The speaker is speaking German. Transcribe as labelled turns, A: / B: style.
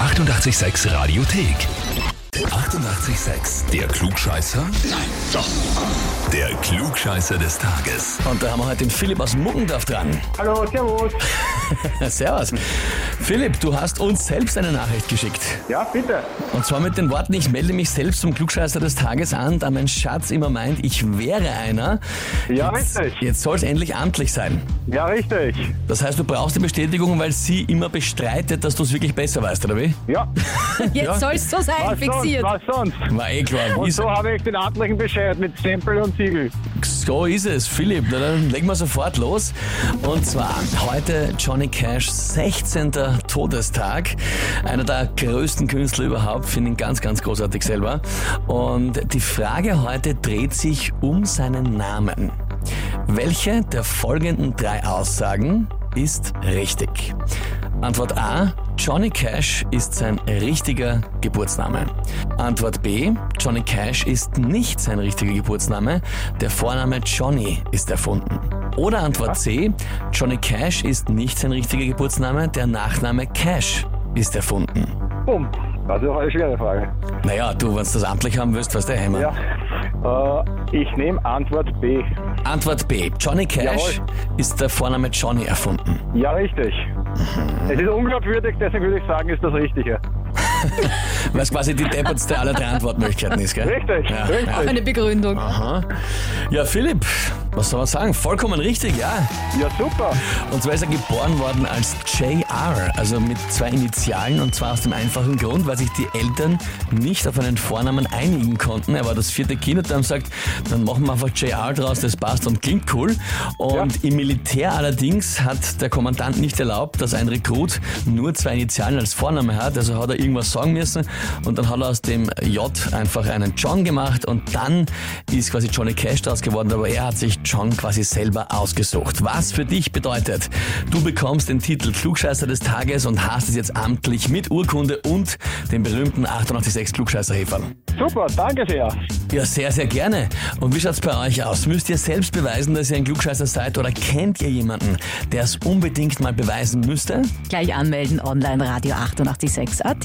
A: 886 Radiothek. 88,6. Der Klugscheißer? Nein, doch. Der Klugscheißer des Tages.
B: Und da haben wir heute den Philipp aus Muggendorf dran.
C: Hallo, servus.
B: Servus. Philipp, du hast uns selbst eine Nachricht geschickt.
C: Ja, bitte.
B: Und zwar mit den Worten, ich melde mich selbst zum Klugscheißer des Tages an, da mein Schatz immer meint, ich wäre einer.
C: Ja,
B: jetzt,
C: richtig.
B: Jetzt soll es endlich amtlich sein.
C: Ja, richtig.
B: Das heißt, du brauchst die Bestätigung, weil sie immer bestreitet, dass du es wirklich besser weißt, oder wie?
C: Ja,
D: Jetzt
B: Ja.
D: soll's so sein,
C: was sonst?
D: fixiert.
C: Was sonst?
B: War eh klar.
C: Und
B: Ist,
C: so habe ich den amtlichen Bescheid mit Stempel und Siegel.
B: so ist es, Philipp. Na, dann legen wir sofort los. Und zwar heute Johnny Cash 16. Todestag. Einer der größten Künstler überhaupt, finde ihn ganz, ganz großartig selber. Und die Frage heute dreht sich um seinen Namen. Welche der folgenden drei Aussagen ist richtig? Antwort A. Johnny Cash ist sein richtiger Geburtsname. Antwort B. Johnny Cash ist nicht sein richtiger Geburtsname. Der Vorname Johnny ist erfunden. Oder Antwort C. Johnny Cash ist nicht sein richtiger Geburtsname. Der Nachname Cash ist erfunden.
C: Bumm. Das ist auch eine schwere Frage.
B: Naja, du, wenn du das amtlich haben willst, was der Hämmer.
C: Ja. Äh, ich nehme Antwort B.
B: Antwort B. Johnny Cash
C: Jawohl.
B: ist der Vorname Johnny erfunden.
C: Ja, richtig. Es ist unglaubwürdig, deswegen würde ich sagen, ist das Richtige.
B: Was quasi die deppertste aller drei Antwortmöglichkeiten ist, gell?
C: Richtig,
B: Ja.
C: richtig.
D: Eine Begründung.
B: Aha. Ja, Philipp, was soll man sagen? Vollkommen richtig, ja.
C: Ja, super.
B: Und zwar ist er geboren worden als JR, also mit zwei Initialen und zwar aus dem einfachen Grund, weil sich die Eltern nicht auf einen Vornamen einigen konnten. Er war das vierte Kind und dann sagt, dann machen wir einfach JR draus, das passt und klingt cool. Und im Militär allerdings hat der Kommandant nicht erlaubt, dass ein Rekrut nur zwei Initialen als Vorname hat, also hat er irgendwas sagen müssen und dann hat er aus dem J einfach einen John gemacht und dann ist quasi Johnny Cash draus geworden, aber er hat sich John quasi selber ausgesucht. Was für dich bedeutet, du bekommst den Titel Klugscheißer des Tages und hast es jetzt amtlich mit Urkunde und dem berühmten 886 klugscheißer -Häferl.
C: Super, danke sehr.
B: Ja, sehr, sehr gerne. Und wie schaut's bei euch aus? Müsst ihr selbst beweisen, dass ihr ein Klugscheißer seid oder kennt ihr jemanden, der es unbedingt mal beweisen müsste?
D: Gleich anmelden, online Radio 886 AT.